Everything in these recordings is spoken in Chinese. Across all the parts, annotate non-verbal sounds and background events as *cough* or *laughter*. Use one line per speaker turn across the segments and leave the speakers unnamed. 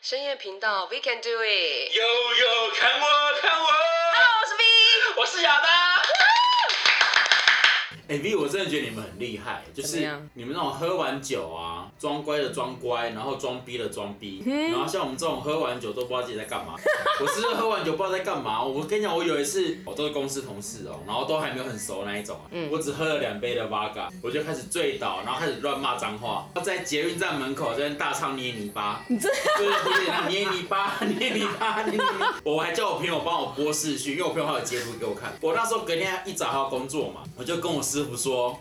深夜频道，We can do it。
悠悠，看我，看我，
Hello，我是 V。
我是亚当。哎、v 我真的觉得你们很厉害，就
怎么
是
样
你们那种喝完酒啊，装乖的装乖，然后装逼的装逼，
嗯
然后像我们这种喝完酒都不知道自己在干嘛。我是喝完酒不知道在干嘛。我跟你讲，我有一次，我都是公司同事哦、然后都还没有很熟那一种啊、
嗯
我只喝了两杯的 v o d a 我就开始醉倒，然后开始乱骂脏话，在捷运站门口这边大唱捏泥巴，你真的就是捏泥巴，捏泥巴，捏泥巴。我还叫我朋友帮我播视讯，因为我朋友还有截图给我看。我那时候隔天一早还要工作嘛，我就跟我师傅说。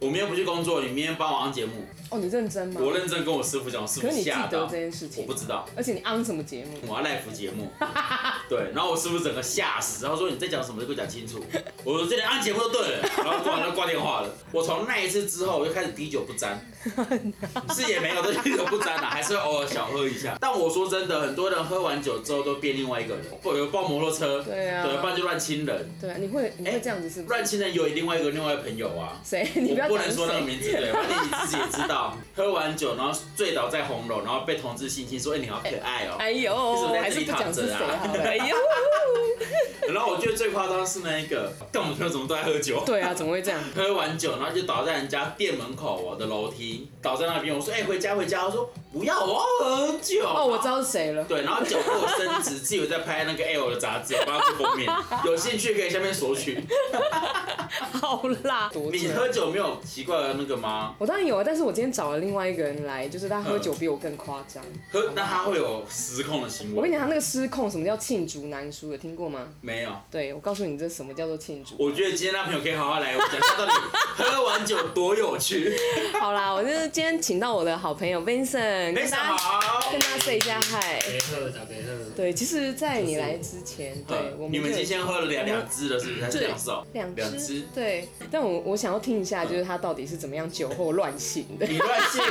我明天不去工作，你明天帮我上节目。
*laughs* 哦，你认真吗？
我认真跟我师傅讲，我师傅
可是你记
吓
得
到。
这件事情
我不知道。
而且你安什么节目？
我要 live 节目，对，然后我师傅整个吓死，他说你在讲什么，就给我讲清
*laughs*
楚。我说这里按节目就对了，然后挂就挂电话了。我从那一次之后，我就开始滴酒不
*laughs*
沾，是也没有，但滴酒不沾啦，啊还是会偶尔小喝一下。但我说真的，很多人喝完酒之后都变另外一个人，或者抱摩托车，
对啊
对，不然就乱亲人。
对啊，你会
哎
你会这样子是不是？
乱亲人有另外一个另外一个朋友啊，
谁？ *laughs* 你
我
不要
不
讲
能
是
说那个
谁。
名字，对，反正你自己也知道，喝完酒然后醉倒在红楼，然后被同志性侵，说哎、你好可爱哦、
哎呦，
是不是在
还
自
是
己
不讲是谁
躺着啊
好了。哎呦， *laughs*
然后我觉得最夸张是那一个，但我们朋友怎么都在喝酒，
对啊，怎么会这样？
喝完酒然后就倒在人家店门口我的楼梯，倒在那边。我说：“哎、回家回家。”他说：“不要，我要喝酒。”
哦，我知。道是谁了。
对，然后酒给我伸直，自以为在拍那个 L 的杂志，我帮他做封面。有兴趣可以下面索取。
好啦，多
你
醉
喝酒没有奇怪的那个吗？
我当然有啊，但是我今天找了另外一个人来，就是他喝
嗯
酒比我更夸张。
喝，那他会有失控的行
我跟
为？
你讲，他那个失控，什么叫罄竹难书？有听过吗？
没有。
对，我告诉你，这什么叫做罄竹。
我觉得今天那朋友可以好好来我讲一下到底喝完酒多有
*laughs*
趣。
好啦，我就是今天请到我的好朋友
非
Vincent，跟
常
大家
好。
跟大家 say 一下嗨。
别喝，打别喝。
对，其实，在你来之前，对，我
啊呃
们
你们
就
今天喝了两两支了，是不是？还是
对
两手？
两
两嗯支
支，。对。但我我想要听一下，就是他到底是怎么样酒后乱性
*laughs*
的。 *laughs*
你乱性，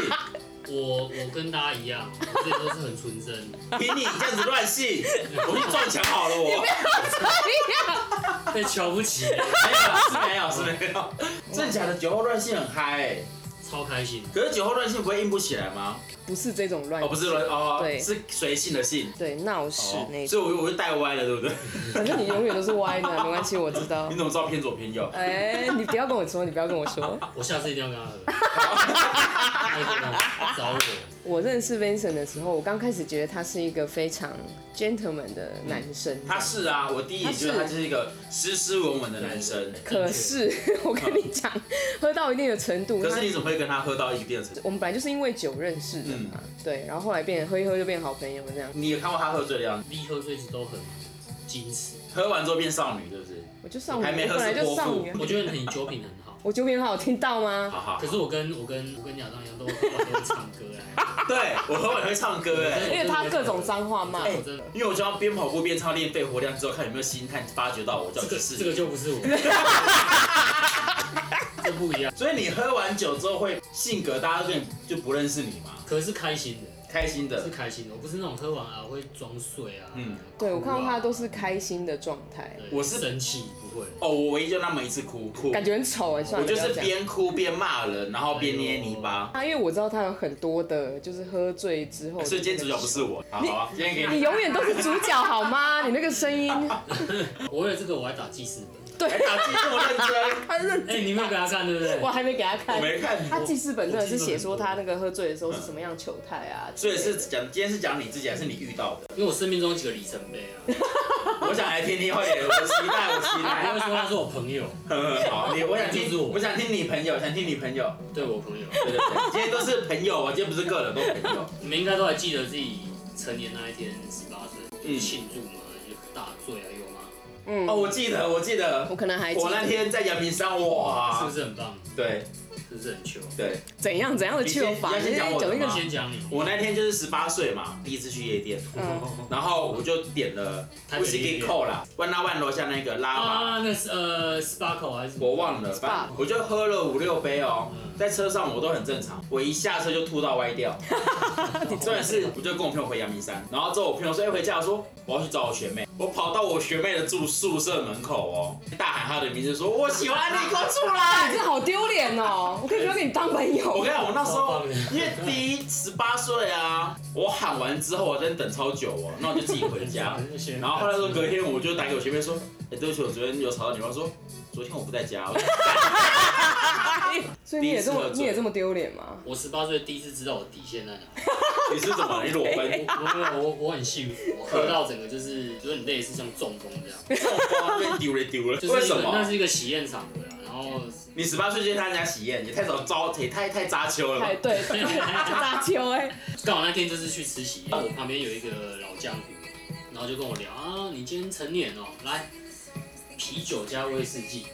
我我跟大家一样，我自己都是很纯真。
凭你这样子乱性，我去撞墙好了我。
被瞧不起，
没有，是没有，是没
*laughs*
有。真的假的？酒后乱性很嗨哎、
超开心。
可是酒后乱性不会硬不起来吗？
不是这种乱
哦，不是乱哦，
对
是随性的性。
对闹事
哦
那
所
种。
以我就我就带歪了，对不对？
反正你永远都是歪的，没关系，我知
*laughs*
道
你。怎么知道偏左偏右？
哎，你不要跟我说，你不要跟我说。
我下次一定要跟
*laughs*
他喝。拜托找我，
我认识 Vincent 的时候，我刚开始觉得他是一个非常 gentleman 的男生，
嗯他是啊，我第一眼觉得
他
他
是
就是一个斯斯文文的男生。
可是我跟你讲，喝到一定的程度，
嗯可
他
是你怎么会跟他喝到一定的程度？
我们本来就是因为酒认识的嘛，
嗯
对，然后后来变喝一喝就变好朋友这样。
你也看过他喝醉的样子，
力喝最直都很矜持。
喝完之后变少女，对不对？
我就少女，
还没
我
喝
本来
是
就
泼
少
妇
女啊，
我觉得你酒品很好，
我酒品很好，听到
好
吗？
好，
可是我跟我跟我跟亚当一样，都都会唱歌
*laughs*
哎。
对我喝完会唱歌哎、
因为他各种脏话骂，
我真的，
因为我就要边跑步边唱，练肺活量之后，看有没有星探发掘到我叫
这
指
个
示。
这个就
*laughs*
不是我，这不一样。
所以你喝完酒之后会性格，大家就就不认识你嘛，
可是开心的。
开心
是
的。
开心的，我不是那种喝完啊会装睡啊。
嗯
对我看到他都是开心的状态，
对
我是
生气不会，
哦，我唯一就那么一次哭哭，
感觉很丑哎，算
我
了，不
就
要
是
讲。
边哭边骂人，然后边捏泥巴。
他因为我知道他有很多的，就是喝醉之后，
所以今天主角不哎是。我，好好啊，今天给
哎你
你
永远都是主角好吗？ *laughs* 你那个声音，
哎
我为了这个我还打记事本。
还打字哎这么认真，
他认
哎、你没有给他看对不对
我？还没给他看
我。没看
他
过。
记事本真的是写说他那个喝醉的时候是什么样的球态啊，
嗯所以是讲今天是讲你自己，还是你遇到的？
因为我生命中有几个里程碑啊。 *laughs*
我想来听听，快点，我期待，我期
我不会
待。
说他是我朋友，
好，你我想
就是
听，
我
我想听你朋友，想听你朋友。
对我朋友，
对对 *laughs* 对，今天都是朋友，啊我今天不是个人，都朋友。
你们应该都还记得自己成年那一天十八岁，
嗯
就庆祝嘛，就大醉啊，有吗？
嗯
*laughs* 哦，，我记得，我记得
我，可能还记
我那
得
天在阳明山，
是
哇
不，是很棒？
对
是不是很糗？
啊对，
怎样怎样的去法，
你先你先讲
那
我的
酒一个
吗
先讲你，
我那天就是十八岁嘛，第一次去夜店，
嗯
然后我就点了
台
不
北
是
夜
g
店
Call 啦，万拉万楼下那个拉玛，
啊，那是呃 Sparkle 还是什么？
我忘了，反正我就喝了五六杯哦，在车上我都很正常，我一下车就吐到歪 *laughs* 掉。重点是，我就跟我朋友回阳明山，然后之后我朋友说，哎、回家，我说我要去找我学妹，我跑到我学妹的住宿舍门口哦，大喊她的名字说，我喜欢你，给我出来
*laughs* 啊，。这好丢脸哦！我可以不
*laughs*
要跟你当朋
我
友。
跟你讲，我那时
超
候
棒的
因为第一十八岁啊，我喊完之后我在那等超久哦，那我就自己回家。然后后来说隔天我就打给我前辈说，哎、对不起，我昨天有吵到你妈说，昨天我不在家。我说
*laughs* 所以你也
第一次
这么
合作
你也这么丢脸吗？
我十八岁第一次知道我底线在哪。
你是怎么了？你裸奔？
我我我我很幸福，我喝到整个就是有点类似像中风这样，
中风被丢了丢了，
就是
为
一个
什
那
么？
是一个喜宴场合啊，然后
你十八岁就参加喜宴，也太早招，也太太扎秋了吧
哎，？对，打球哎、
刚好那天就是去吃喜宴，我旁边有一个老江湖，然后就跟我聊啊，你今天成年哦、来啤酒加威士忌，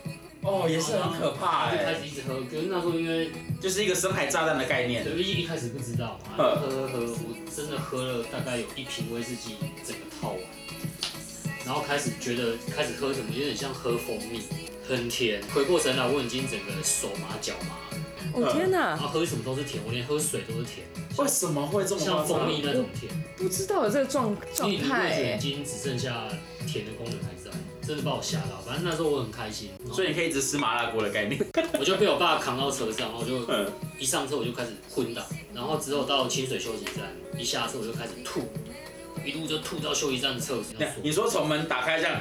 哦，也是很可怕
就
哎、
开始一直喝。可是那时候因为
就是一个深海炸弹的概念
对，。一一开始不知道嘛，喝
嗯
喝喝，我真的喝了大概有一瓶威士忌，整个套完，然后开始觉得开始喝什么有点像喝蜂蜜，很甜。回过神来，我已经整个手麻脚麻，
我、哦天
然
哪，
后喝什么都是甜，我连喝水都是甜，
为什么会这么夸
像
张
蜂蜜那种甜。
不知道有这个状状
你
态
眼
哎、
睛只剩下甜的功能还在，真的把我吓到。反正那时候我很开心，
所以你可以一直吃麻辣锅的概念。
我就被我爸扛到车上，然后我就
嗯，
一上车我就开始昏倒，然后之后到清水休息站，一下车我就开始吐，一路就吐到休息站的厕所。
那你说从门打开这样，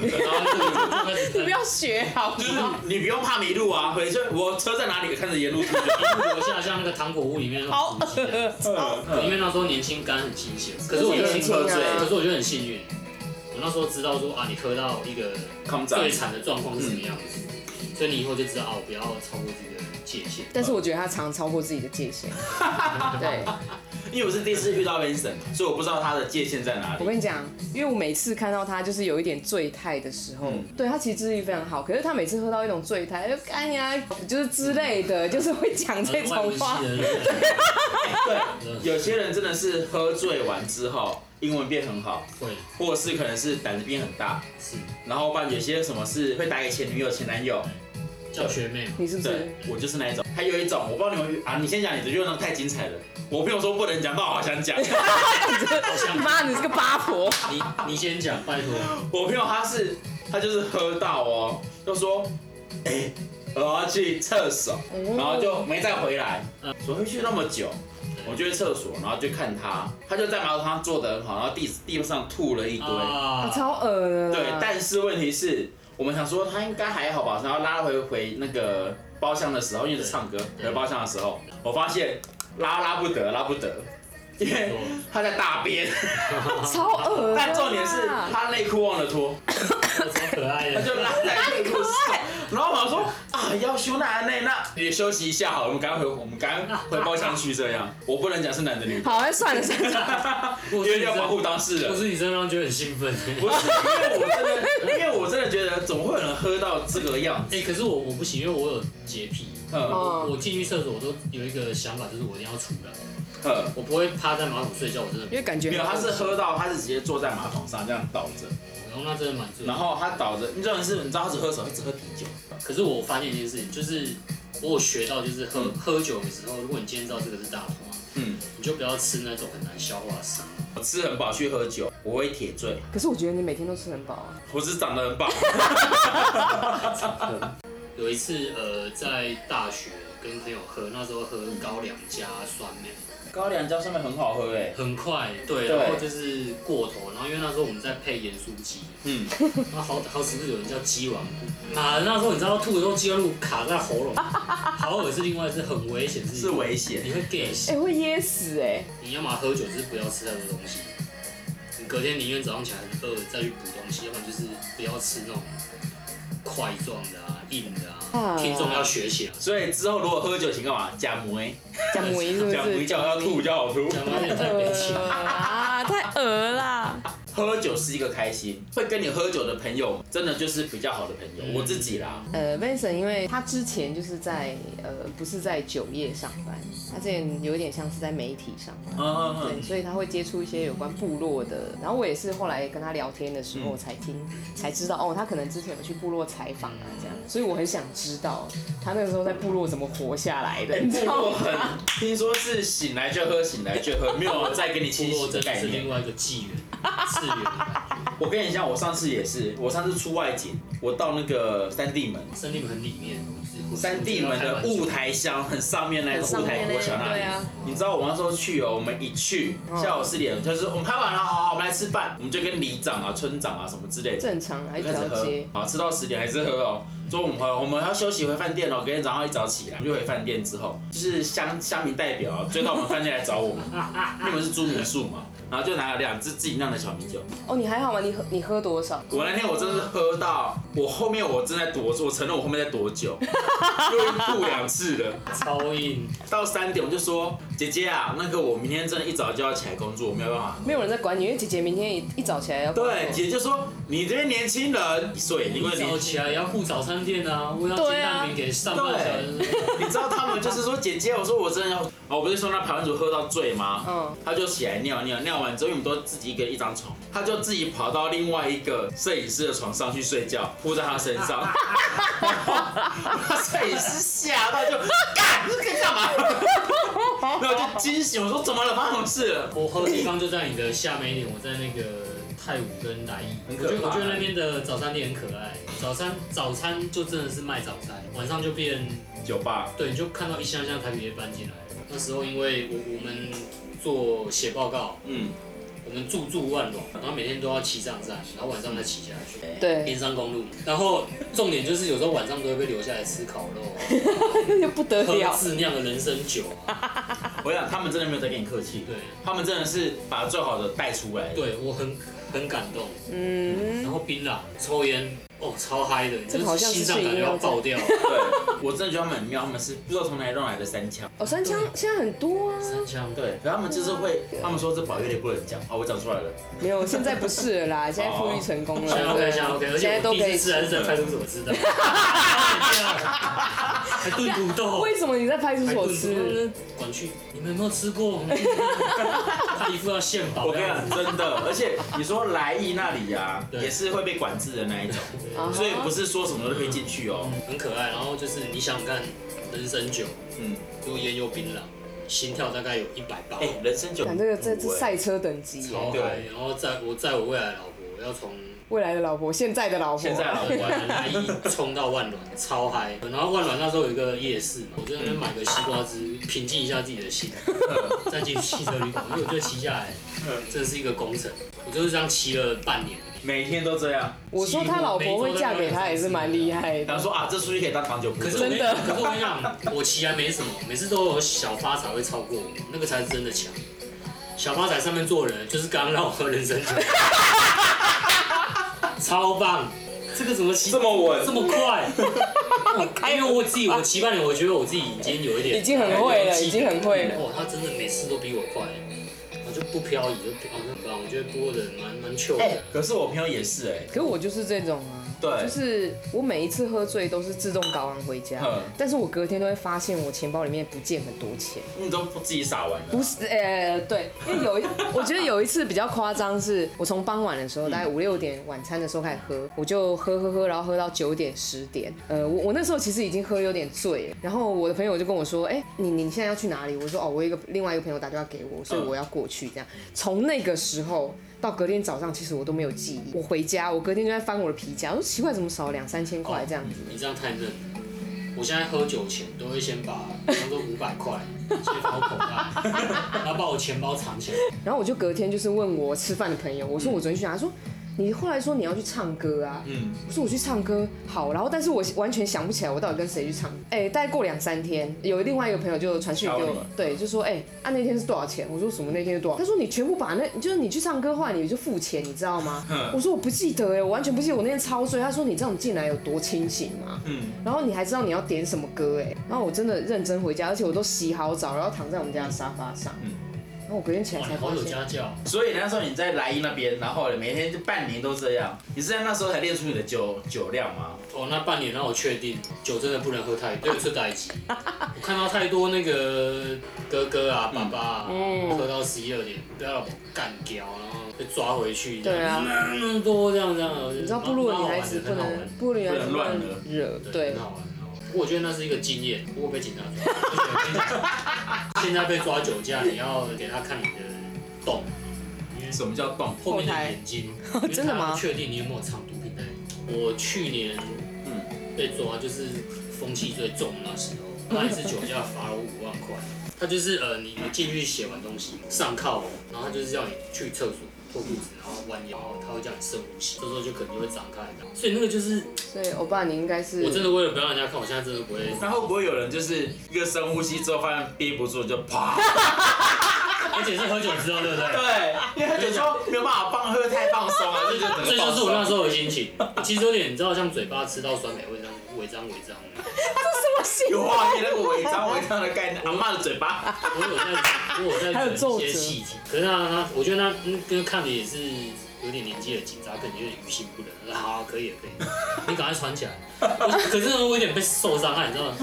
然后就
*laughs*
就开始
你不要学好
就是
吗？
你不用怕迷路啊，回去我车在哪里，看着沿路去。
留下像那个糖果屋里面那
好
种痕迹
*laughs*
一样。
嗯
因 *laughs* 为那时候年轻肝很新鲜，可是我就很
年轻啊
可是我就很幸运，我那时候知道说啊，你喝到一个
康长嗯
最惨的状况是什么样子，所以你以后就知道哦，不要超过自己的界限。
但是我觉得他常超过自己的界
*laughs*
限。对，
因为我是第一次遇到 Vincent，所以我不知道他的界限在哪
我
里。
跟你讲，因为我每次看到他就是有一点醉态的时候，
嗯
对他其实自制力非常好，可是他每次喝到一种醉态，就干呀，就是之类的，就是
*laughs*
会讲这
外
种
文系
嗯
话。
的
对，有些人真的是喝醉完之后，英文变很好，
会
或者是可能是胆子变很大，
是
然后不然有些什么是会打给前女友、前男友。
叫学妹嘛，
你是不是
对？，我就是那一种。还有一种，我不知道你们啊，你先讲你的，因为那太精彩了。我朋友说不能讲，但我好想讲。
*laughs* 妈，你是个八婆！
你你先讲，拜托。
我朋友他是他就是喝到哦，就说，哎、我要去厕所，然后就没再回来
嗯。
怎么会去那么久？我就去厕所，然后就看他，他就在马桶上坐得很好，然后地地上吐了一堆。
啊，
啊，
超恶的啦。
对，但是问题是我们想说他应该还好吧，然后拉回回那个包厢的时候，因为是唱歌，
对
回包厢的时候，我发现拉拉不得，拉不得，因为他在大便，
超恶的啦。
但重点是
啊
他内裤忘了脱，
超可爱
他 *laughs*
的。
就拉在内裤上，然后我想说啊要修那内那也休息一下好了，我们赶快回我们赶快回包厢去这样，我不能讲是男的女的，
*laughs* 好，那算了算了，
*laughs* 因为要保护当事人
*laughs* 不。是你身上觉得很兴奋。
不
*laughs*
是，因为我真的，因为我真的觉得怎么会有人喝到这个样子？
哎，可是我我不行，因为我有洁癖。
嗯
哦
我我进去厕所，我都有一个想法，就是我一定要出来，
嗯。
我不会趴在马桶睡觉，我真的
因。为感觉
没有，他是喝到，他是直接坐在马桶上这样倒着，
然后那真的蛮醉。
然后他倒着，你知道是，你知道他只喝什么？他只喝啤酒。
可是我发现一件事情，就是我有学到，就是喝喝酒的时候，如果你今天知道这个是大话，
嗯，
你就不要吃那种很难消化的食物。
我吃很饱去喝酒，我会铁醉。
可是我觉得你每天都吃很饱啊。
我是长得很饱，
有一次，呃，在大学跟朋友喝，那时候喝高粱加酸梅，
高粱椒上面很好喝哎。
很快，对，
对
然后就是过头，然后因为那时候我们在配盐酥鸡， *laughs*
嗯，
然后好好死不死有人叫鸡丸露，啊，那时候你知道吐的时候鸡丸露卡在喉咙，好恶是另外是很危险，
是危险。
你会 gas，
哎，会噎死哎！
你要么喝酒就是不要吃太多东西，你隔天宁愿早上起来很饿再去补东西，要不然就是不要吃那种块状的啊、硬的啊，
啊
听众要学起来。
所以之后如果喝酒，请干嘛？加梅，
讲母音是不
加梅 *laughs*
是？
叫要吐叫好吐。
讲完也太悲情
呃啊，太恶啦！
喝酒是一个开心，会跟你喝酒的朋友，真的就是比较好的朋友。我自己啦，
呃，Vincent，因为他之前就是在呃，不是在酒业上班，他之前有点像是在媒体上班，
嗯嗯
对，
嗯，
所以他会接触一些有关部落的。然后我也是后来跟他聊天的时候
嗯
才听，才知道哦，他可能之前有去部落采访啊，这样。所以我很想知道他那个时候在部落怎么活下来的，你知
部
道
落
吗？
很，嗯 *laughs* 听说是醒来就喝，醒来就喝，没有再给你
部
清
落
醒的
真的
概
是
念
另。外一个纪元、次元的感觉，
我跟你讲，我上次也是，我上次出外景，我到那个三地门，
森林很里面，我是不是
三地门的雾台乡很上面那个雾
上
台
面
国小
那
那
对
里。
啊，
你知道我那时候去哦，我们一去下午四点，就是我们开完了，好，好我们来吃饭，我们就跟里长啊、村长啊什么之类的。
正常啊，一
开始
条
喝
街，，
好吃到十点还是喝哦。中午我们喝我们要休息回饭店哦。隔天早上一早起来，我们就回饭店之后，就是乡乡民代表啊追到我们饭店来找我们，因为我们是租民宿嘛，然后就拿了两只自己酿的小米酒。
哦，你还好吗？你喝你喝多少？
我那天我真的是喝到，我后面我正在躲，我承认我后面在躲酒， *laughs* 又吐两次了。
超硬，
到三点我就说姐姐啊，那个我明天真的一早就要起来工作，我没有办法。
没有人在管你，因为姐姐明天一一早起来要工作
对，姐姐就说你这些年轻人，所以因为
一
你
早起来要顾早餐店啊，我要
对
煎
啊
蛋饼给上班小时。
你知道他们就是说 *laughs* 姐姐，我说我真的要，哦，我不是说那排湾组喝到醉吗？
嗯，
他就起来尿尿，尿完之后因为我们都自己一个人一张床，他就自己跑到另外一个摄影师的床上去睡觉，扑在他身上。 *laughs* 摄影师吓到就干，这个干嘛？然后我就惊醒，我说怎么了？发生什么事了？
我喝的地方就在你的下面一点，我在那个泰武跟来义，
很
我
可
觉
怕
得我觉得那边的早餐店很可爱，早餐早餐就真的是卖早餐，晚上就变
酒吧，
对，你就看到一箱一箱台北搬进来了。那时候因为我我们做写报告，
嗯，
我们住住万隆，然后每天都要骑上站，然后晚上再骑下去。
对，
边山公路，然后重点就是有时候晚上都会被留下来吃烤肉啊，
*laughs* 就不得 *laughs*
喝
了。
自酿的人参酒啊。
我想他们真的没有在跟你客气，
对，
他们真的是把最好的带出来。
对我很很感动。然
嗯，
后槟榔、抽烟，哦，超嗨的，
这个好像
就是心脏感觉要爆掉。
对，我真的觉得他们很妙，他们是不知道从哪里弄来的三枪。
哦，三枪现在很多啊，
三枪，
对，可他们就是会，他们说这宝月也不能讲，哦好，我讲出来了。
没有，现在不是了啦，现在富裕成功
现在 *laughs*
了，
OK，
对
现在 OK，而
现在
且我
都
第
可
一
以
次吃啊还是在派出所吃的，
*laughs*
*laughs* 还炖土豆，
为什么你在派出
还
所
炖土
吃？
豆，管去，你们有没有吃过？他一副要献宝
我
的
跟你
样
讲，
子。
啊真的，而且你说来意那里啊，
*laughs* 对
也是会被管制的那一种，
啊哈
所以不是说什么都可以进去哦。
很可爱，然后就是你想想看，人参酒
嗯，
又烟又槟榔，心跳大概有一百八
哎，，人生九，
看这个这是赛车等级耶，
超嗨
对。
然后在我在我未来的老婆，我要从
未来的老婆，现在的老婆，
现在老
玩完来一冲到万峦，超嗨。然后万峦那时候有一个夜市嘛，我就在那边买个西瓜汁，平静一下自己
*laughs*
的心，再进汽车旅馆，因为我觉得骑下来真的是一个工程，我就是这样骑了半年。
哎每天都这样。
我说他老婆会嫁给他也是蛮厉害
然 *laughs*
的
后，说啊，这出去可以当长久部
可是我
队
跟你
真的
可是我跟你讲，我骑还没什么，每次都有小发财会超过我，那个才是真的强。小发财上面坐人，就是刚刚让我喝人参酒，超棒！这个怎么骑
这么稳
这么
*laughs*
快？因为我自己我骑半年，我觉得我自己已经有一点，
已经很会了，
有
已
一点
经很会了。
哦，他真的每次都比我快，我就不漂移，就哦那棒，我觉得播的蛮蛮糗
哎
的。，
可是我朋友也是哎，
可我就是这种啊，
对
就是我每一次喝醉都是自动导航回家
嗯，
但是我隔天都会发现我钱包里面不见很多钱。
你都不自己撒完了。
不是，呃，对，因为有一， *laughs* 我觉得有一次比较夸张，是我从傍晚的时候，大概五六点晚餐的时候开始喝，我就喝喝喝，然后喝到九点十点。呃，我我那时候其实已经喝有点醉了，然后我的朋友就跟我说，哎、你你现在要去哪里？我说哦，我有一个另外一个朋友打电话给我，所以我要过去。这样，从那个时候到隔天早上，其实我都没有记忆。我回家，我隔天就在翻我的皮夹，我说奇怪，怎么少了两三千块这样子？
你这样太认了。我现在喝酒前都会先把，比方说五百块，先放我
*laughs*
口袋，然后把我钱包藏起来。
然后我就隔天就是问我吃饭的朋友，我说我昨天去哪？他说你后来说你要去唱歌啊。
嗯，
我说我去唱歌，好，然后但是我完全想不起来我到底跟谁去唱。哎、大概过两三天，有另外一个朋友就传讯给
敲
我
你，
对，就说哎、啊那天是多少钱？我说什么那天是多少？他说你全部把那就是你去唱歌的话，你就付钱，你知道吗？我说我不记得哎、我完全不记得我那天超醉。他说你知道你进来有多清醒吗？
嗯
嗯，然后你还知道你要点什么歌哎、然后我真的认真回家，而且我都洗好澡，然后躺在我们家的沙发上，
嗯
然后我隔天起来
哇，
才
你
发
好有
现。
家教，
所以那时候你在莱茵那边，然后每天就半年都这样，你是在那时候才练出你的酒酒量吗？
哦，那半年让我确定酒真的不能喝太多，对，这代级。我看到太多那个哥哥啊、爸爸啊，
嗯
喝到十一二点，不要干掉，然后被抓回去。这样
对，啊
那么多这样这样。
你知道部落女孩子不
蛮好玩的很
能
好玩，
部落女孩子
不能乱
惹，
对，
对
很，好玩。很好玩不过我觉得那是一个经验，不过被警察抓。 *laughs* 现在被抓酒驾，你要给他看你的洞，
什么叫动？
后面的眼睛，因为
*laughs*
他
真的吗
确定你有没有藏毒品在里面。我去年
嗯
被抓，就是风气最重那时候，
嗯
那一次酒驾罚了我五万块。他就是呃，你你进去写完东西上铐哦，然后他就是叫你去厕所脱裤子，然后弯腰，他会叫你深呼吸，这时候就可能就会张开，这样所以那个就是
所以欧巴你应该是
我真的为了不让人家看，我现在真的不会。
那会不会有人就是一个深呼吸之后发现憋不住就啪？
而且是喝酒之后，对不对？
对，因为他就说没有办法放喝，太放 *laughs* 松啊了，就觉得整个
这就
放
是我那
松。
时候的心情。其实有点，你知道，像嘴巴吃到酸梅会这样违章违章的。
有画面那个违章违章的概念，阿妈的嘴巴。
我有在，我有在忍一些细节。可是他他，我觉得他嗯跟看的也是有点年纪的警察，可能有点于心不忍。他说好啊、可以了，可以了，你赶快穿起来。我可是我有点被受伤啊害，你知道吗？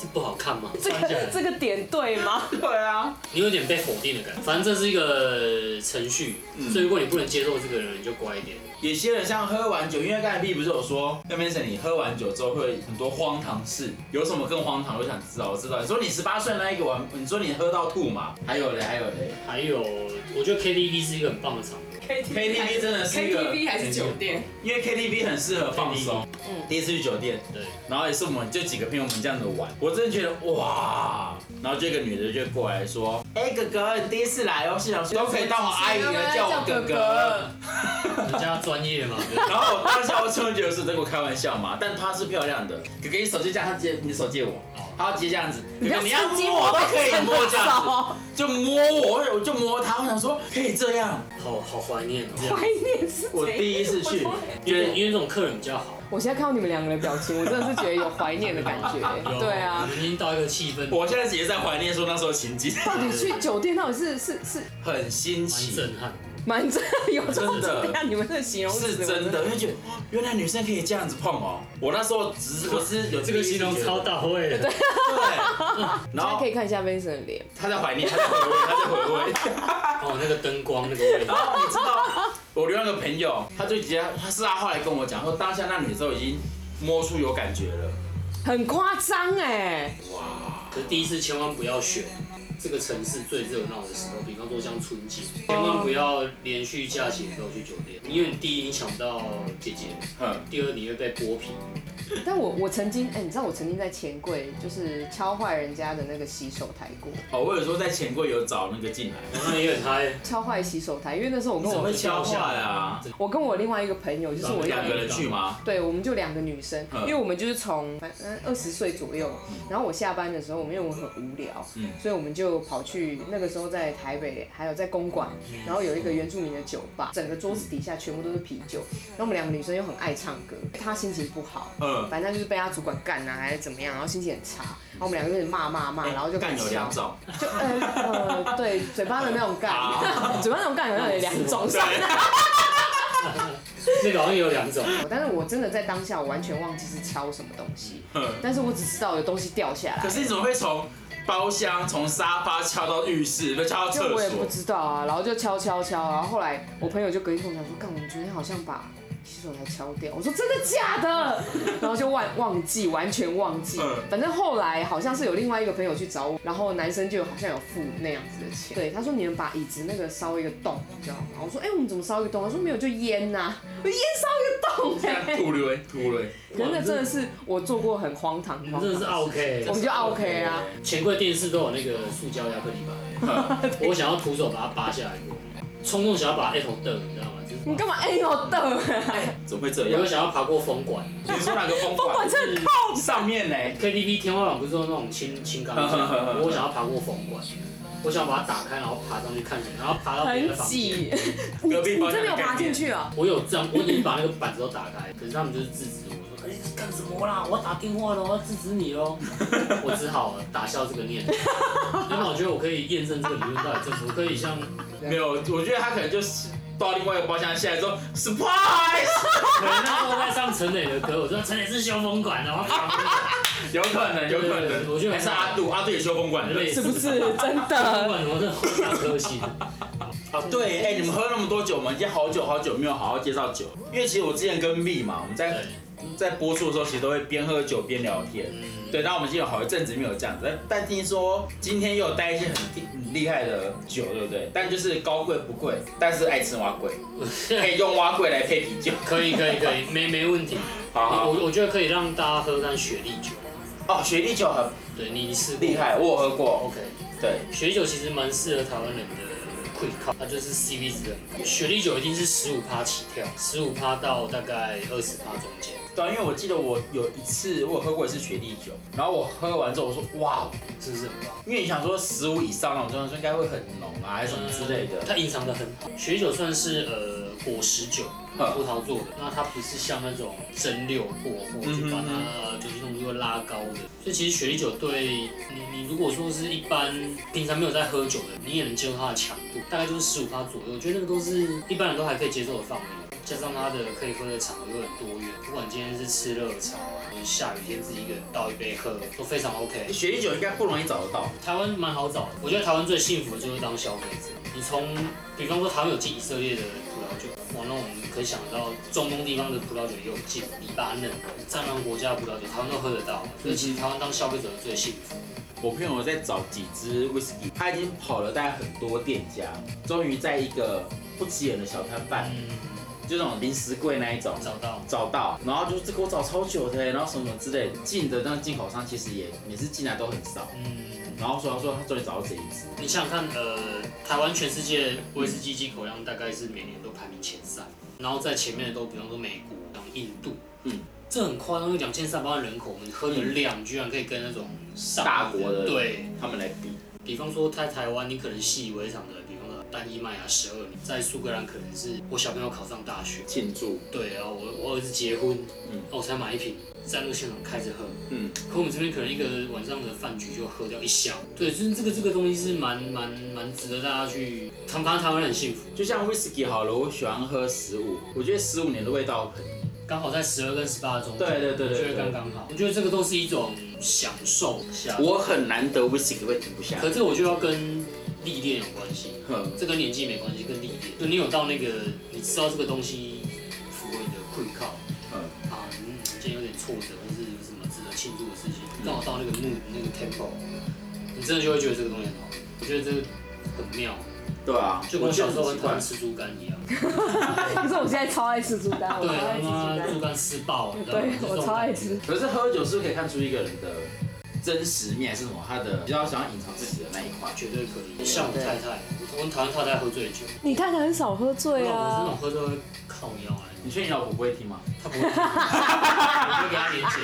是不好看吗？
这
穿起
个
来，
这个点对吗？
对啊，
你有点被否定的感觉。反正这是一个程序，所以如果你不能接受这个人，你就乖一点。
有些人像喝完酒，因为刚才 B 不是有说，那边是你喝完酒之后会很多荒唐事，有什么更荒唐？我想知道，我知道。你说你十八岁那一个玩，你说你喝到吐嘛？还有嘞，还有嘞
还有，我觉得 KTV 是一个很棒的场合。
，KTV 真的是一个，
还是酒店？
因为 KTV 很适合放松。
嗯
第一次去酒店，
对，
然后也是我们就几个朋友们这样子玩，我真的觉得哇，然后这个女的就过来说，哎、哥哥，你第一次来哦，是想说都可以当我阿姨了，叫我哥哥。
人家专业 *laughs* 嘛。对
然后我当下我真的觉得是在跟我开玩笑嘛，但她是漂亮的，哥哥你手机这样，她直接你手借我，她直接这样子，哥哦哥你要摸我都可以摸这样子，就摸我，我就摸她，我想说可以这样，
好好怀念哦，这样
怀念是谁
我第一次去
我从
因为因为这种客人比较好。
我现在看到你们两个人的表情，我真的是觉得有怀念的感觉
有。
对
我
啊，
们已经到一个气氛，
我现在也在怀念说那时候情
*laughs*
景，
到底去酒店到底是是是
很新
蛮
奇。
震撼。
蛮真的有这
真
种
的
等一下你们的形容词
是真的，因为觉得哦原来女生可以这样子碰哦。我那时候只是我是有
这个形容超
大，
到位的，
对。然
大家
后
可以看一下 Vincent 的脸，
他在怀念，他在回味，他在回味。
*laughs* 哦，那个灯光那个味
然
道， *laughs*
后你知道，我另外一个朋友，他就直接，他是他后来跟我讲说，当下那女生已经摸出有感觉了。
很夸张哎，
可是第一次千万不要选这个城市最热闹的时候，比方说像春节，千万不要连续假期的时候去酒店，因为第一你抢不到姐姐，
嗯，
第二你会被剥皮，
但我我曾经哎、你知道我曾经在钱柜就是敲坏人家的那个洗手台过，
哦，我有时候在钱柜有找那个进来，
然后也很嗨，
敲坏洗手台，因为那时候我跟
哦
怎么
我
会敲坏啊？
我跟我另外一个朋友，就是我
两
另外
两
一
个
个。
人去吗？
对，我们就两个女生，
嗯
因为我们就是从反正二十岁左右，然后我下班的时候，我们因为我们很无聊，
嗯
所以我们就跑去那个时候在台北，还有在公馆，
嗯
然后有一个原住民的酒吧，整个桌子底下全部都是啤酒，然后我们两个女生又很爱唱歌，她心情不好，
嗯，
反正就是被她主管干啊，还是怎么样，然后心情很差，然后我们两个就开始骂骂骂，然后就开
哎干
始
有
笑
两，种，
*laughs*
就呃呃对，嘴巴的那种干，
啊
*laughs* 嘴巴那种干好像有两种，
对， *laughs*
那个好像也有两种，
*laughs* 但是我真的在当下我完全忘记是敲什么东西。
嗯。
但是我只知道有东西掉下来
可，是你怎么会从包厢从沙发敲到浴室，再敲到
就
厕
我也不
*laughs* 所？
知道啊，然后就敲敲敲，然后后来我朋友就隔天跟我讲说，干，我们昨天好像把洗手台敲掉，我说真的假的，然后就忘忘记，完全忘记
嗯，
反正后来好像是有另外一个朋友去找我，然后男生就好像有付那样子的钱，对，他说你们把椅子那个烧一个洞，你知道吗？我说哎、我们怎么烧一个洞？他说没有，就烟呐、我烟烧一个洞哎、
吐了，吐了。
可是那 *laughs* 真的是我做过很荒唐，
你
荒
们 *laughs* 真的
唐
是
的事
*laughs* OK，
我们就 OK 啊。
钱柜电视都有那个塑胶亚克力板，我想要徒手把它扒下来过，冲动想要把 Apple 瞪，你知道吗？就是
你干嘛哎呦瞪啊？
怎么会这
我
样
有？想要爬过风管。
你说哪个风
我
管？
真的
上面呢？
KTV 天花板不是都那种轻轻钢架吗，我想要爬过风管，我想把它打开，然后爬上去看见，然后爬
哦
到别人的
很
房间。
*laughs*
挤，你
隔壁
你
包
真
厢
的
的
有爬
概
进
念
去
*laughs*
啊？
我有这样，我已经把那个板子都打开，可是他们就是制止我说：“哎、干什么啦？我要打电话了，我要制止你喽。”我只好打消这个念
*laughs*
头。因为我觉得我可以验证这个理论到底正不正确，我可以像
没有，我觉得他可能就是到另外一个包厢下来之后，surprise， *laughs*
可能那时候在上陈磊的歌，我说陈磊是修风管的，我要爬风管，
有可能，有可能。
我觉得
还是阿杜，阿杜也修风管的。
类
是
似
不是真
风
的？
管我真的好大颗心。
对，哎，你们喝那么多酒，我们已经好久好久没有好好介绍酒，因为其实我之前跟 V 嘛，我们在
对
在播出的时候，其实都会边喝酒边聊天。
嗯
对，那我们已经有好一阵子没有这样子，但但听说今天又有带一些很很厉害的酒，对不对？但就是高贵不贵，但是爱吃蛙贵，可以用蛙贵来配啤酒。
可以可以可以，没没问题。
好好
我我觉得可以让大家喝看雪莉酒，
哦，雪莉酒很
对你试过
厉害，我有喝过。
？OK，
对，
雪莉酒其实蛮适合台湾人的 quick call，它就是 CP 值很高。雪莉酒一定是十五趴起跳，十五趴到大概二十趴中间，
对啊，因为我记得我有一次我有喝过一次雪莉酒，然后我喝完之后我说哇，
是不是很高？
因为你想说十五以上那种状态应该会很浓啊，还是什么之类的。
它隐藏的很好。雪莉酒算是呃果实酒，
嗯
葡萄做的，那它不是像那种蒸馏过或
嗯
去把它呃就是弄出拉高的，所以其实雪莉酒对你你如果说是一般平常没有在喝酒的，你也能接受它的强度，大概就是十五趴左右，我觉得那个都是一般人都还可以接受的范围。加上它的可以喝的场合又很多元，不管今天是吃热炒啊，或者下雨天自己一个人倒一杯喝，都非常 OK。
雪莉酒应该不容易找得到，
台湾蛮好找的，我觉得台湾最幸福的就是当消费者。你从，比方说台湾有进以色列的葡萄酒，哇，那我们可以想到中东地方的葡萄酒也有进，黎巴嫩、战乱国家的葡萄酒，台湾都喝得到，所以其实台湾当消费者最幸福。
我朋友在找几支 whisky，他已经跑了大概很多店家，终于在一个不起眼的小摊贩，
嗯，
就那种零食柜那一种
找到，
找到，然后就是这给我找超久的，然后什么之类的，进的那个进口商其实也每次进来都很少，
嗯，
然后说他说他终于找到这一支，
你想想看，呃，台湾全世界威士忌进口量大概是每年都排名前三，然后在前面的都比方说美国、像印度，
嗯，
这很夸张，两千三百万人口，我们喝的量居然可以跟那种上
大国的
对。
他们来比，
比方说在台湾，你可能习以为常的，比方说单一麦芽十二年，在苏格兰可能是我小朋友考上大学，
庆祝，
对啊，我我儿子结婚，
嗯
嗯，我才买一瓶，在那个现场开着喝，
嗯，
可我们这边可能一个晚上的饭局就喝掉一箱，对，就是这个这个东西是蛮蛮蛮值得大家去，他们反正台湾人很幸福，
就像 whisky 好了，我喜欢喝十五，我觉得十五年的味道很，
刚好在十二跟十八中间，
对对对对
我觉
对
得刚刚好，我觉得这个都是一种享受，享
我很难得 whisky 会停不下嗯
可这个我就要跟历练有关系，
哼，
这跟年纪没关系，跟历练。就你有到那个，你知道这个东西符合你的困靠
嗯，
啊，嗯，今天有点挫折，或是有什么值得庆祝的事情，刚好到那个 mood 那个 tempo，你真的就会觉得这个东西很好。我觉得这个很妙，
对啊，
就跟我小时候
我
很
觉
讨
得很
厌
奇
吃猪肝
*laughs*
一样。
*laughs* 可是我现在超爱吃猪肝，我
对，
超爱
他
吃
妈
猪肝，
猪肝吃爆，你知道吗？
对我超爱吃。。
怪，可是喝酒是不是可以看出一个人的真实面，还是什么？他的比较想要隐藏自己的那一块，
绝对可以，像我太太，我我讨厌太太喝醉酒，
你太太很少喝
我
醉
老婆是那种
啊，
喝醉会靠腰来，
你确定你老婆不会听吗？
*laughs*
她不会，我会给她连接。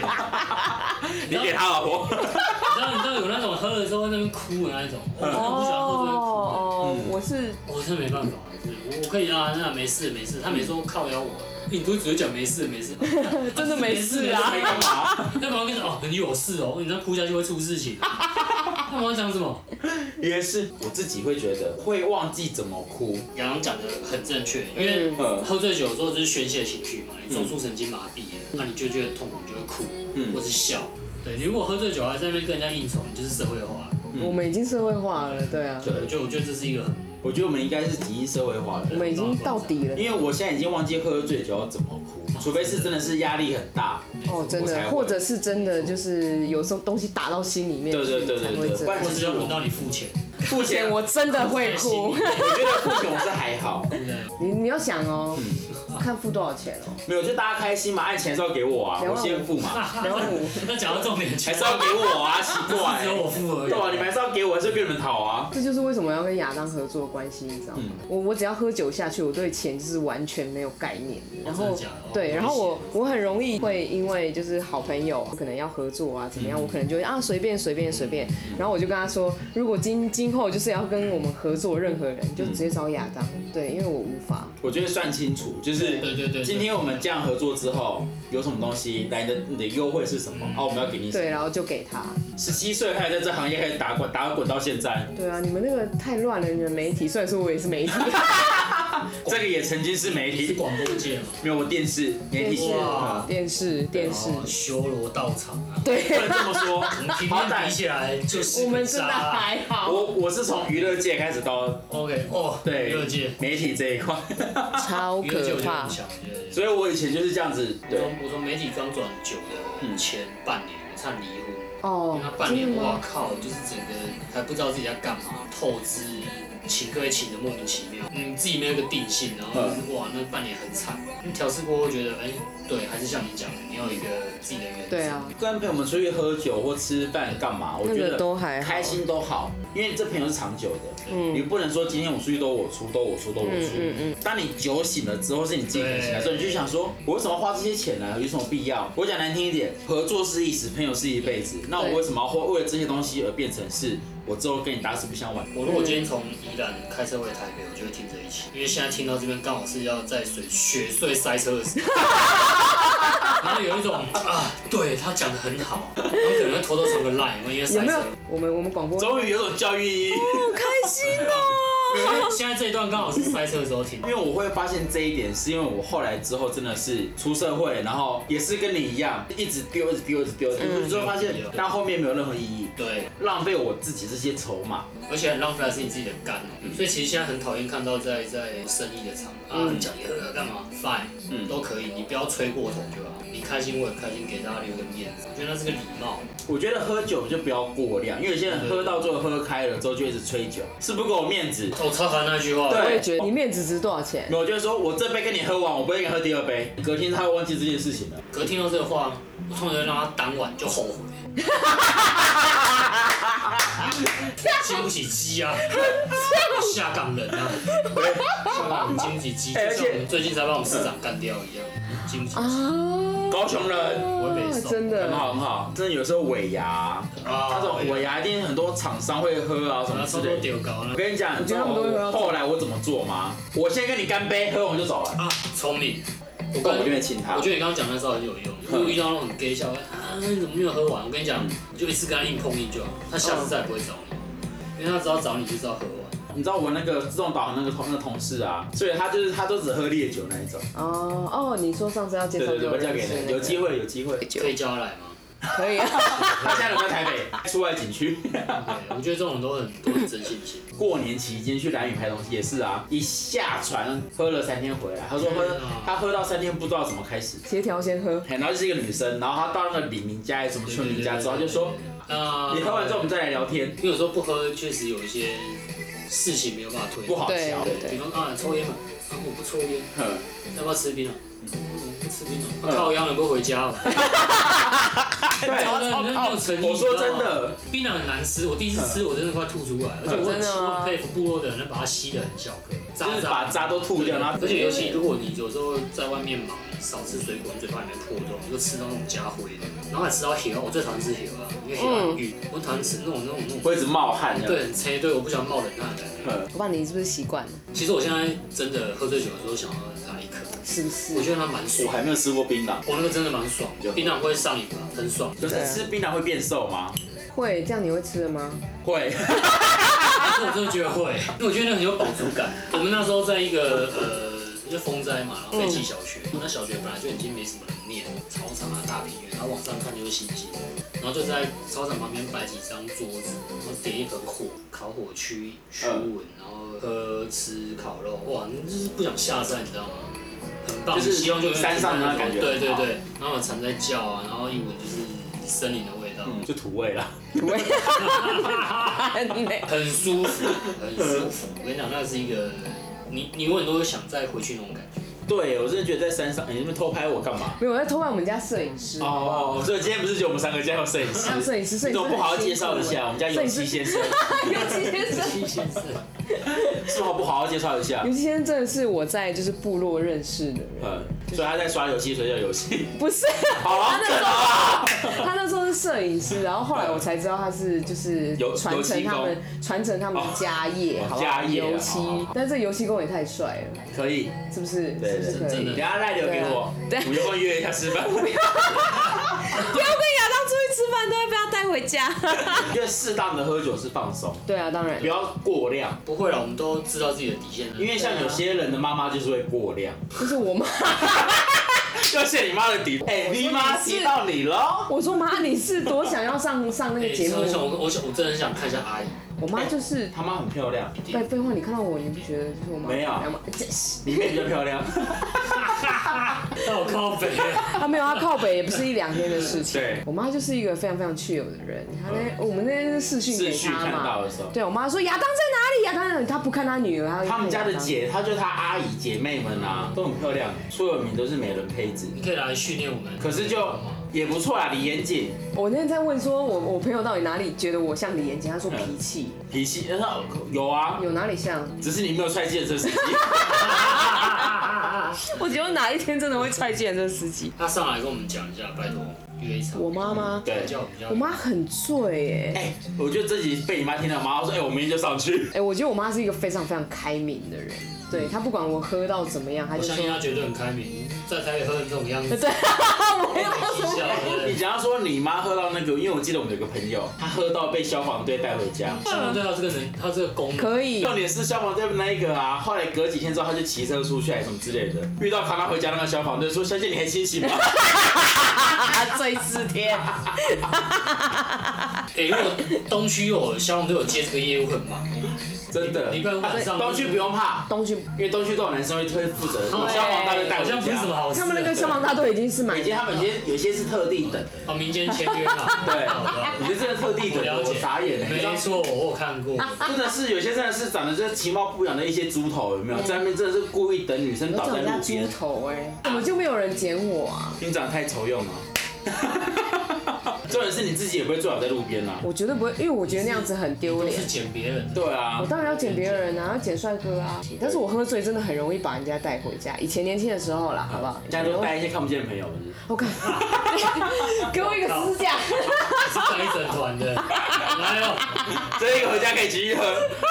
你给他老婆，
你知道你知道有那种喝了之后在那边哭的那一种，我很不喜欢喝这边哭的，
哦
嗯
我是
我真的没办法，就是我我可以啊，那没事没事，他没说靠腰我，你都只会讲没事没事，
*laughs* 真的没事啊
没干嘛？
要不然我跟你说哦你有事哦，你这样哭下去会出事情，那我要讲什么？
也是，我自己会觉得会忘记怎么哭，
洋洋讲的很正确，因为
嗯
喝醉酒的时候就是宣泄情绪嘛，你中枢神经麻痹了，那你就觉得痛苦，你就会哭
嗯
或是笑。嗯对，你如果喝醉酒还在那边跟人家应酬，你就是社会化。
嗯
我们已经社会化了，对啊，
我
对，
觉得我觉得这是一个很
我觉得我们应该是已经社会化了
我。们已经到底了。
因为我现在已经忘记喝醉酒要怎么哭，除非是真的是压力很 *laughs* 大，
哦，真
我才
的，
会
或者是真的，就是有时候东西打到心里面去，
对对对对
才会
对
这
不
样
然。
或是要轮到你付钱，
付钱我
我真的会哭， *laughs*
我觉得付钱我是还好，
对
*laughs*
不对？
你你要想哦，
嗯
看付多少钱哦，
没有就大家开心嘛，按钱是要给我啊，
两
我
万五
先付嘛，
两万五，
那讲到重点，
还
全
是要给我啊，奇怪 *laughs*
*laughs* 只，有我付而已。
对啊，你们还是要给我，还是跟你们讨啊？
这就是为什么要跟亚当合作的关系，你知
嗯
道吗？我我只要喝酒下去，我对钱就是完全没有概念。然
真
后
的假的哦
对，然后我
危
我很容易会因为就是好朋友可能要合作啊，怎么样，
嗯
我可能就会啊随便随便随便。然后我就跟他说，如果今今后就是要跟我们合作任何人，就
嗯
直接找亚当。对，因为我无法。
我觉得算清楚，就是
对对对对
今天我们这样合作之后有什么东西，来你的你的优惠是什么？
嗯
哦，我们要给你什么。
对，然后就给他。
十七岁开始在这行业开始打滚，打滚到现在，
对啊，你们那个太乱了，你们媒体。虽然说我也是
*laughs*
媒体，
这个也曾经是媒
你是
体，
广播界嘛？
没有我电视媒体
电视
系，
哇
电视电视，
哦修罗道场啊，
对
不，
*laughs*
能这么说
我们，平
好
面比
歹
起来就是
我们
个
真
渣
的还好。
我我是从娱乐界开始到
OK 哦，
对
娱乐界，
媒体这一块，
超
娱乐界
可
我觉得
怕
很！强，对对对
所以我以嗯前就是这样子，
我
对，
从我从媒体刚转九的前半年，我差点离婚。
哦
那，半
真
年，
的
哇
吗？
靠，就是整个还不知道自己在干嘛，透支，请客也请的莫名其妙，嗯，自己没有一个定性，然后就是哇，那半年很惨。嗯调试过后觉得，哎、对，还是像你讲的，你要有一个自己的原则。
对啊，
跟朋友们出去喝酒或吃饭干嘛，我
那
觉
个
得
都还好
开心都好，因为这朋友是长久的，你不能说今天我出去都我出，都我出，都我出。
嗯嗯
当你酒醒了之后，是你精神醒来之后，你就想说，我为什么要花这些钱呢、有什么必要？我讲难听一点，合作是一时，朋友是一辈
嗯
子。那我为什么要花为了这些东西而变成是我之后跟你打死不相往来？
我如果今天从宜兰开车回台北，我就会听这一期，因为现在听到这边刚好是要在水雪隧塞车的
*laughs*
时候，然后有一种啊，对他讲的很好，然后可能会偷偷传个 line，因为
有
塞
没有
车。
我们我们广播好
终于有种教育意义，
开心哦？
因为现在这一段刚好是塞车的时候听
因，为我会发现这一点，是因为我后来之后真的是出社会，然后也是跟你一样，一直丢，一直丢，一直丢，
嗯
你就会发现，但后面没有任何意义。
对，
浪费我自己这些筹码。
而且很浪费的是你自己的肝哦、
嗯
所以其实现在很讨厌看到在在生意的场合啊，讲你喝喝干嘛，fine，、
嗯
都可以，你不要吹过头就好，你开心我也开心，给大家留个面子，我觉得那是个礼貌。
我觉得喝酒就不要过量，因为有些人喝到最后喝开了之后就一直吹酒，是不给我面子。
哦我超烦那句话，
对
我也觉得你面子值多少钱？
我就会说，我这杯跟你喝完，我不会跟你喝第二杯。隔天他会忘记这件事情了。
可听到这个话，我通常就让他当晚
*laughs*
就后悔。经不起鸡
*laughs*
啊，下岗人啊，下岗人经不起鸡，就
哎而
像
且
我们最近才把我们市长干掉一样，经不起鸡。
啊，
高雄人
我也没送
真
很
的，
好很好，真的有时候尾牙，那
啊
种尾牙一定很多厂商会喝啊什
我
么
要
之
超多
类的。
丢啊高了
我跟你讲，你知道
我觉得他们都会喝
我
到
后来我怎么做吗？我先跟你干杯，喝完就走了。
啊，聪明。我
不然我就
跟
边亲他嗯
我。觉得你刚刚讲那招很有用，如果遇到那种 gay 笑，啊，你怎么没有喝完？我跟你讲，你就一次跟他硬碰硬就好，他下次再也不会找你，因为他只要找你就知道喝完。
你知道我那个自动导航那个同那个同事啊，所以他就是他都只喝烈酒那一种。
哦哦，你说上次要介
对
绍
对对，
给
我
我
嫁
认
给
识那
你，
个
有机会有机会。
可以叫他来吗？
可以啊，
他现在人在台北，出外景区。啊
对，我觉得这种都很都很真性情。
过年期间去蓝屿拍东西也是啊，一下船喝了三天回来，他说喝
天啊
他喝到三天不知道怎么开始。
协调先喝。
嘿然后就是一个女生，然后她到那个李明家还是什么村民家之后，她 *laughs* 就说：“
那
你喝完之后我们再来聊天，
因为有时候不喝确实有一些事情没有办法推，
不好嗯
对
聊。
对对
比方啊抽烟嘛，啊我不抽烟，”
哼
要不要吃槟榔？嗯不吃槟榔，啊靠腰能不能回家哦？
对，
的，你那种诚意。
我说真，的，
槟榔很难吃，我第一次吃我真的快吐出
嗯
来，而且我
真
很
的吗
很佩服部落的人能把它吸得很小颗，
就是把渣都吐掉，然后
而且尤其如果你有时候在外面忙，少吃水果，你嘴巴里面破洞，你就吃到那种加灰的，然后还吃到血我最讨厌吃血啊，因为血很郁，我讨厌吃那种那种那种，
会一直冒汗这
对，
样。
很切，对，我不想冒冷汗的感觉。
嗯
我爸，你是不是习惯了？
其实我现在真的喝醉酒的时候想要它一颗，
是不是
我？觉得它蛮
我
爽，
还没有吃过槟榔，
我那个真的蛮爽
就，好
槟榔会上瘾吧，很爽。
可
对
是
啊
吃槟榔会变瘦吗？
会这样你会吃的吗？
会。
但是我真的觉得会，因为我觉得那很有饱足感。我们那时候在一个呃，就风灾嘛，然后废弃小学，那小学本来就已经没什么人念，操场啊、大平原，然后往上看就是星星，然后就在操场旁边摆几张桌子，然后点一盆火，烤火驱驱蚊，然后喝吃烤肉，哇，那就是不想下山，你知道吗？很棒，
就是
希望就
山上的那
那
种感觉
对对对，然后有蝉在叫啊，然后一闻就是森林的味道，
*laughs* 嗯就土味啦。
会。 *laughs* 很
很舒服，很舒服。我跟你讲，那是一个你你永远都会想再回去那种感 *laughs* 觉。
对，我真的觉得在山上，哎你们偷拍我干嘛？
没有，我在偷看我们家摄影师。
哦哦，哦所以今天不是只有我们三个，今天还有摄影
还有
师。
摄影师，啊摄
你怎
影师
么
很
不好好介
辛苦
绍一下？我们家永琪先生，
哎？ *laughs* 尤其先生，
七先生，
*laughs* 是否不好好介绍一下
尤？其先生真的是我在就是部落认识的人，
嗯，所以他在刷游戏，所以叫游戏。
不是。
好
他
了，
那
梗
时候，
啊！
*laughs* 他那时候是摄影师，然后后来我才知道他是就是
油
传承他
油漆
们传承他们家业，
哦
好
家
吧，
业啊好
油
好
漆
好。
但这油漆工也太帅了，
可以，
是不是？
对
是不是可
真
以
的
等？一下赖留给我，
对啊
我就会约一下吃
*laughs*
饭。
不要跟亚当出去吃饭，都会被他带回家。
因为适当的喝酒是放松，
对啊，当然
不。要过量。
不会了，我们都知道自己的底线了。
因为像有些人的妈妈就是会过量， *laughs*
就是我妈， *laughs*
要卸你妈的底。哎，你妈提到你喽。
我说妈，你是多想要上上那个节目
哎
我？想我我想我真的很想看一下阿姨，
我妈就是
他妈很漂亮，一
废
定
废话，你看到我，你不觉得就是我妈
哎没有
漂亮吗？这是
里面比较漂亮。
到靠北， *laughs*
她没有，她靠北也不是一两天的事情。
对嗯
我妈就是一个非常非常具有的人。她那我们那天是视讯给
视讯
她
看到
嘛
的时候，
对我妈说亚当在哪里？亚当在哪里？她不看她女儿，她看
他们家的
亚当
姐，她就是她阿姨姐妹们啊，都很漂亮，出了名都是美人胚子。
你可以来训练我们。
可是就也不错啦，啊李延景
我那天在问说我，我朋友到底哪里觉得我像李延景？他说脾气
脾气呃有啊，
有哪里像？
只是你没有踹计程车司
*laughs*
机。啊
我觉得哪一天真的会踹见这司机。
他上来跟我们讲一下，拜托约一场。
我妈吗？
对，
叫我们叫
我妈很醉耶、
哎、我觉得这集被你妈听到，我妈说哎、我明天就上去。
哎、我觉得我妈是一个非常非常开明的人，对她不管我喝到怎么样，她
我
就
相
说
信他绝对很开明，在台北喝成这种样
*laughs*
子，
对，我没有
开玩笑
你
的。
讲到说你妈喝到那个，因为我记得我们有个朋友，她喝到被消防队带回家。
相信对他这个人，他这个功
*laughs*
能，
可以。
重点是消防队那一个啊，后来隔几天之后，他就骑车出去还是什么之类的，遇到卡拉回家那个消防队说：“小姐你还清醒吗
*laughs* 醉四天，
哎，如果东区有消防队有接这个业务很忙，？”
真的，哎
礼拜五晚上
东区不用怕，
东区
因为东区都有男生会推负责，消防大队带
好
回
像不是什么
家。
好事。啊
他们那个消防大队已经是蛮
以前他们有些有些是特地等的，
哦，民间签约嘛， *laughs*
对
好的，
有些真的特地
哦我欸
等的，
了
我
解，
傻眼了，你知道
没错，我有看过。
真的是有些真的是长得就是其貌不扬的一些猪头，有没有？在那边真的是故意等女生
我
倒
找
在
人家
路
猪
边，
头哎、怎么就没有人捡我啊？
你长得太丑用了。 *laughs* 重点是你自己也不会最好在路边啦。
我绝对不会，因为我觉得那样子很丢
都
脸
是。捡别人的，
对啊
我，当然要捡别人啊，要捡帅哥啊。但是我喝醉真的很容易把人家带回家。以前年轻的时候啦，好不好？
现在啊都带一些看不见的朋友，不是
我看， *laughs* 给我一个支
*laughs*
架。
是带一整团 *laughs* 的。哎呦，
这一个回家可以继续喝，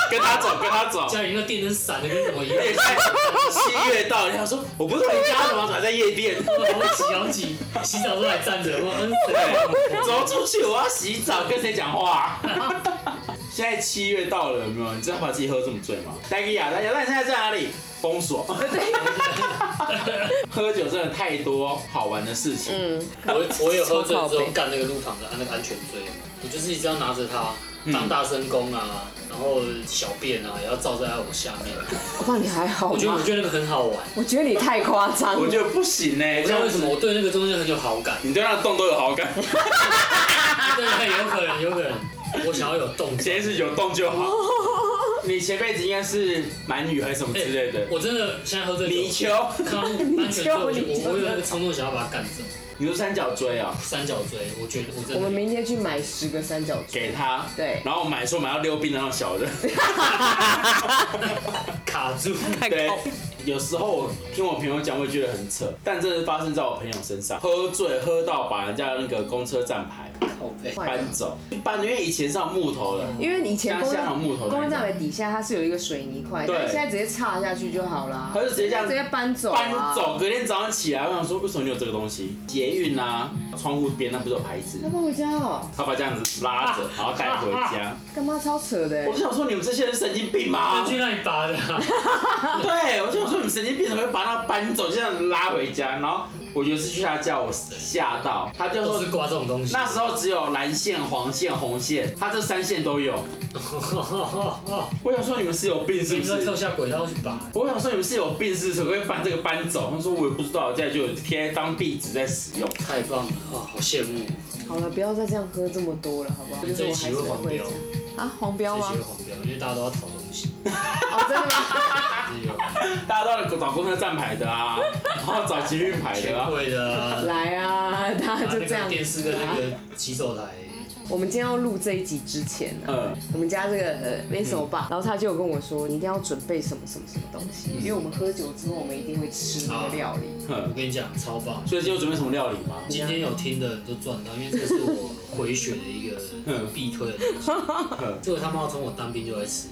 跟他走，跟他走。
家里那个电灯闪的跟什么一
而且
样，
现在七月到了，人家说我不是回家的吗？怎么还在夜店？
*laughs* 好挤好挤，洗澡都还站着，我嗯，谁啊
走出去，我要洗澡，跟谁讲话、 *laughs* 现在七月到了，有没有？你知道把自己喝这么醉吗？啊带给亚丹，亚丹你现在在哪里？封
*laughs*
锁。喝酒真的太多好玩的事情。
嗯，
我我有喝醉之后干那个路 *laughs* 旁的那个安全啊嗯锥，我就是一直要拿着它当大声公啊，然后小便啊也要照在我下面。
我爸你还好
我觉得
吗
我？觉得那个很好玩，
我觉得你太夸张
我
了。
觉得不行呢、这
不知道
样
为什么我哎对那个东西很有好 *laughs* 感。
你对那个洞都有好
*laughs*
感，
对，有可能，有可能，我想要有动静
现在。是有洞就
*laughs*
好。你前辈子应该是鳗鱼还是什么之类的？
哎我真的现在喝醉酒
泥鳅，
看到安全锥，我就我我有那个冲动想要把它干走。
你说三角锥啊、
三角锥，我觉得我
我
真
们
的
明天去买十个三角锥。
给他。
对
然后买说买到溜冰的那种小
*laughs*
的。
卡
*laughs*
住。
对， *laughs* 有时候我听我朋友讲，我也觉得很扯，但这是发生在我朋友身上，喝醉喝到把人家那个公车站牌
靠背
搬走，搬因为以前是有木头的，
因为以前公
乡下有木头的
公路站牌底下它是有一个水泥块，
对
但现在直接插下去就好啦。
他就直接这样
直接搬走、啊，
搬走，。隔天早上起来，我想说为什么你有这个东西？捷运啊，窗户边那不是有牌子
要，搬回家哦、
他把这样子拉着，然后带回家。
干嘛超扯的、欸
我想说你们这些人神经病吗
我？去那里拔的、啊，
对，我就想说你们神经病怎么会把它搬走，就这样拉回家？然后我有一次去他家，我吓到，他就
都
说
是刮这种东西。
那
*laughs*
时候只有蓝线、黄线、红线，它这三线都有。
候，
我想说你们是有病是
哎你
不
说跳
是？
下轨道去拔，
我想说你们是有病是不是？会搬这个搬走？他说我也不知道，现在就有贴当壁纸在使用。 *laughs*
太棒了啊！好羡慕，
好了，不要再这样喝这么多了，好不好？就是
这一
我
集
还
会
是
黄
会
标
这，样啊，黄标
这一
吗
集会？黄标，因为大家都要讨东西。
哦，真的吗？
*laughs*
大家都要找公车站牌的啊， *laughs* 然后找集运牌的
全
啊。
会的、啊，
来啊，大家
然后
*laughs* 就
那
这样
个。电视的那个洗手台，
我们今天要录这一集之前呢、
嗯，
我们家这个呃 v i s o
嗯
爸，然后他就有跟我说，你一定要准备什么什么什么东西，因为我们喝酒之后，我们一定会吃那个料理。
我
哼
跟你讲超棒。
所以今天有准备什么料理吗？
今天有听的人都赚到，因为这个是我回血的一个必推的东西。
哼
这个他妈从我当兵就在吃，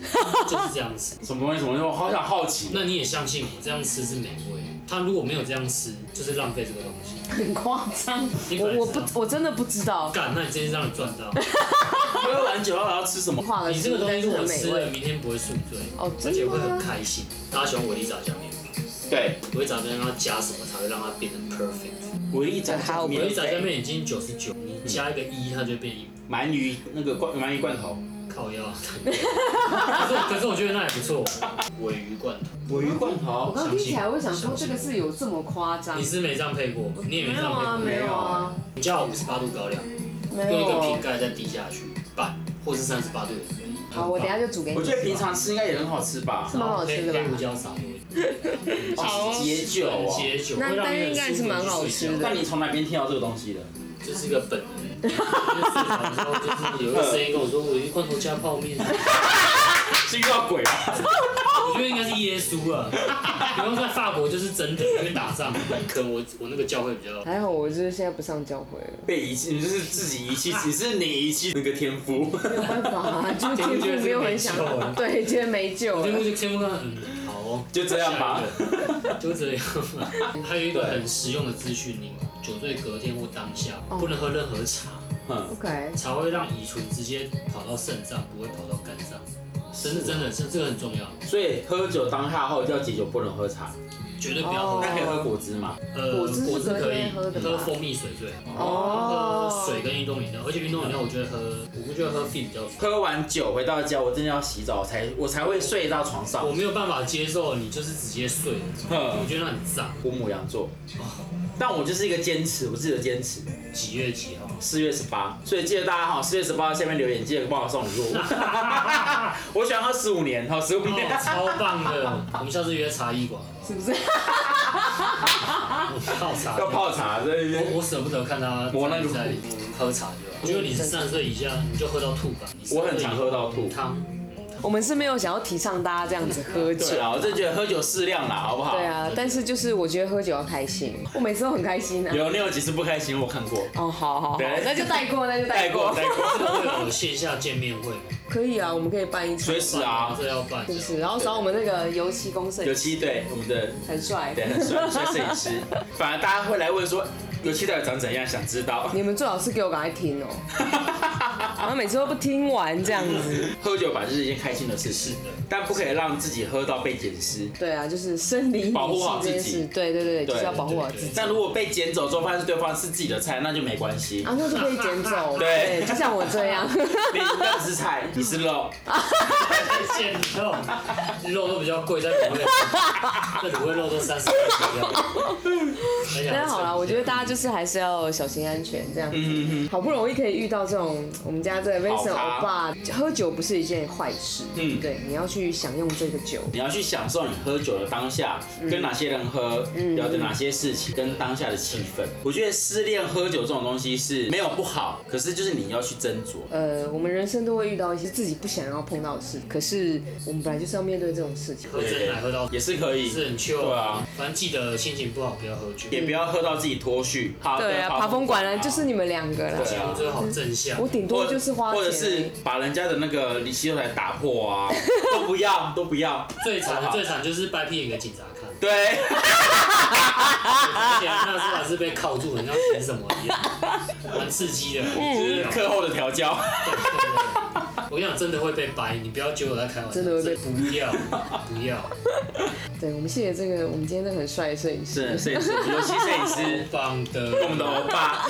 就是这样
*laughs*
吃。
什么东西？什么东西？我好想好奇。
那你也相信我，这样吃是美味。他如果没有这样吃，就是浪费这个东西。
很夸张，
你本来
我我
知道
不我真的不知道，
干，那你真是让你赚
*laughs*
到。
喝完酒要要吃什么？
画了
你这个
书
东
但
西
是
是我
很美
吃了，
味。
明天不会宿醉，
哦
而
真
且
的
会很
吗
开心。大家喜欢维力炸酱面吗，
对，
维力炸酱面要加什么才会让它变成 perfect？
维力炸酱
维
面
力、炸酱面已经九十九，你加一个一，它就变一。
鳗鱼那个罐鳗鱼罐头，
靠腰。啊
*laughs*
可是可是我觉得那也不错，尾鱼罐头。
尾鱼罐头
我刚听起来，我想说这个是有这么夸张
你？是没这样配过，你也没
没
这
有
样配过
啊，。没有啊，
你叫五十八度高粱，
没
用一
有
个瓶
啊。
盖再滴下去拌，或是三十八度。
好，我等一下就煮给你
我。觉得平常吃应该也很好吃吧
是，蛮好吃的吧
黑胡椒撒多一点，
好哦
解酒哦。
解酒，
那
会让你很
应该是蛮好吃的
舒服
那你从哪边听到这个东西的？
这是一个本能。就是睡着的时候就是有一个声音跟我说：“我一罐头加泡面。”
是遇到鬼啊！
我觉得应该是耶稣
*laughs*
啊。比方说在法国就是真的，因为打仗，可能我我那个教会比较。
还好，我就是现在不上教会了，
*laughs* 被遗弃，你就是自己遗弃，只是你遗弃那个天赋。 *laughs*
没有办法啊， *laughs* 就是天赋没有很想
觉得这个没救了，
对，觉得没救
我就
了。
就先问他，嗯，好哦，
就这样吧
下一个，就这样吧。还有一个很实用的资讯，你酒醉隔天或当下
哦
不能喝任何茶，
嗯，
OK，
茶会让乙醇直接跑到肾脏，不会跑到肝脏。真的真的，这这个很重要，
所以喝酒当下后叫解酒，不能喝茶。
绝对不要喝
哦
那。可以喝果汁嘛？
呃，
果汁是
果汁可以
隔天喝的吧
喝蜂蜜水最好，
哦
喝水跟运动饮料，而且运动饮料我觉得喝，我不觉得喝 fit 比较爽。
喝完酒回到家，我真的要洗澡，我才我才会睡到床上
我。没有办法接受你就是直接睡了，我
哼，
觉得那很脏。
我母羊座，但我就是一个坚持，我自己的坚持。
几月几号？
四月十八，所以记得大家哈，四月十八下面留言，记得帮我送礼物。 *laughs* 我喜欢喝十五年，好十五年。
哦，超棒的！我们下次约茶艺馆，
是不是？ *laughs*
我们泡
*laughs*
茶。
要泡茶，对不
我
对？
我舍不得看他
磨那个
在
苦
喝茶就好。我觉得你是三十岁以下，你就喝到吐吧。你
我很常喝到吐
汤，
我们是没有想要提倡大家这样子喝酒
对。啊，我真的觉得喝酒适量啦，好不好？
对。啊，但是就是我觉得喝酒要开心，我每次都很开心啊。
有你有几次不开心，我看过。
哦，好好好，
对
那就带过，那就带过，
带过带
会有线下见面会吗？
可以啊，我们可以办一
*laughs*
场
随，时啊，
这要办。
是不是？然后找我们那个油漆公社
有七对我们的
很帅，
对很帅帅摄影 *laughs* 师，反而大家会来问说，有七到底长怎样，想知道。
*laughs*
*laughs*
你们最好是给我赶快听哦、
啊
然后每次都不听完这样子。
喝酒本来就是一件开心的事，是
的，
但不可以让自己喝到被捡尸。
对啊，就是生理女
保护好
性
自
这
己
件事，对对对，就是要保护好自己。
但如果被捡走之后，发现对方是自己的菜，那就没关 *laughs* 系。
啊，那就可以捡走，
对
就像我这样，
你
*laughs*
那不是菜，你是肉。
哎见肉，肉都比较贵，在卤味，在卤味肉都三十块起跳。
当然好啦，我觉得大家就是还是要小心安全这样
嗯
子。好不容易可以遇到这种我们家这 Vincent
好
欧巴，喝酒不是一件坏事，
嗯
对，你要去享用这个酒。
你要去享受你喝酒的当下，跟哪些人喝，聊的哪些事情，跟当下的气氛。我觉得失恋喝酒这种东西是没有不好，可是就是你要去斟酌。
呃，我们人生都会遇到一些自己不想要碰到的事，可是我们本来就是要面对这种事情。
喝真奶喝到
也是可以，
是很 chill
对啊，
反正记得心情不好不要喝酒，
也不要喝到自己脱序。好
对啊，爬风馆了，就是你们两个啦。
对啊
我最好正向
我。顶多就是花钱啊
或
而
者
已，
是把人家的那个离洗手台打破啊， *laughs* 都不要，都不要。
最惨
好不
的
好
最惨就是掰屁眼给警察看，
对， *laughs*
而且那时候还是被铐住，很像演什么一样，蛮刺激的。就是
课后的调
*laughs*
教。
我跟你讲，真的会被掰，你不要觉得我在开玩笑，
真的会被
不要不要，
对，我们谢谢这个我们今天这个很帅的摄影师，
是摄影师，尤其摄影
不
师，
棒的。
我们的欧
*laughs*
巴。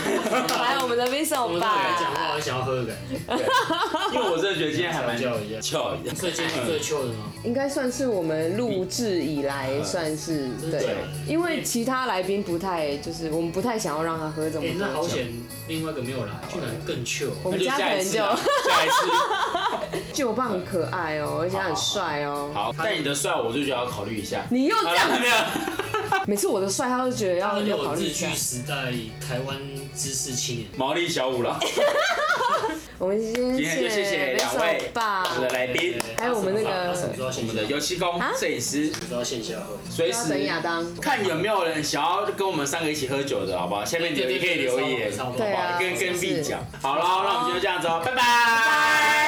还有我们的 Vincent
我
欧
们到底在讲
巴，
话，我想要喝的感觉。
因为我真的觉得今天还蛮
调教一下
翘的。
所以今天是最 chill 的吗？
应该算是我们录制
嗯
以来算是
的假
对
的，
因为其他来宾不太就是我们不太想要让他喝这么
哎，那好
多酒，
险，另外一个没有来，居然更 chill。
那
我们
就
家可
下一
能
次
就
啊，下一
*laughs*
次。
酒吧很可爱哦，而且他很帅哦。
好，但你的帅我就觉得要考虑一下。
你又
好
这
了，
样，
没有。
每次我的帅他都觉得
他
要
很
要
有
考虑
日
一下
据。时代台湾知识青年。
毛利小五郎，
我们今天
今天就谢谢两
Vincent
位
欧巴，
我的来宾，
还有我们那个
他什么时候要
我
线
们的
下？
油漆工、摄影师，
什么时候要线下喝？
随
要等
时
亚当。
看有没有人想要跟我们三个一起喝酒的，好不好？下面留言可以留言，
差不多
对啊
跟跟
是
B 讲。好了，那我们就这样子哦，拜拜。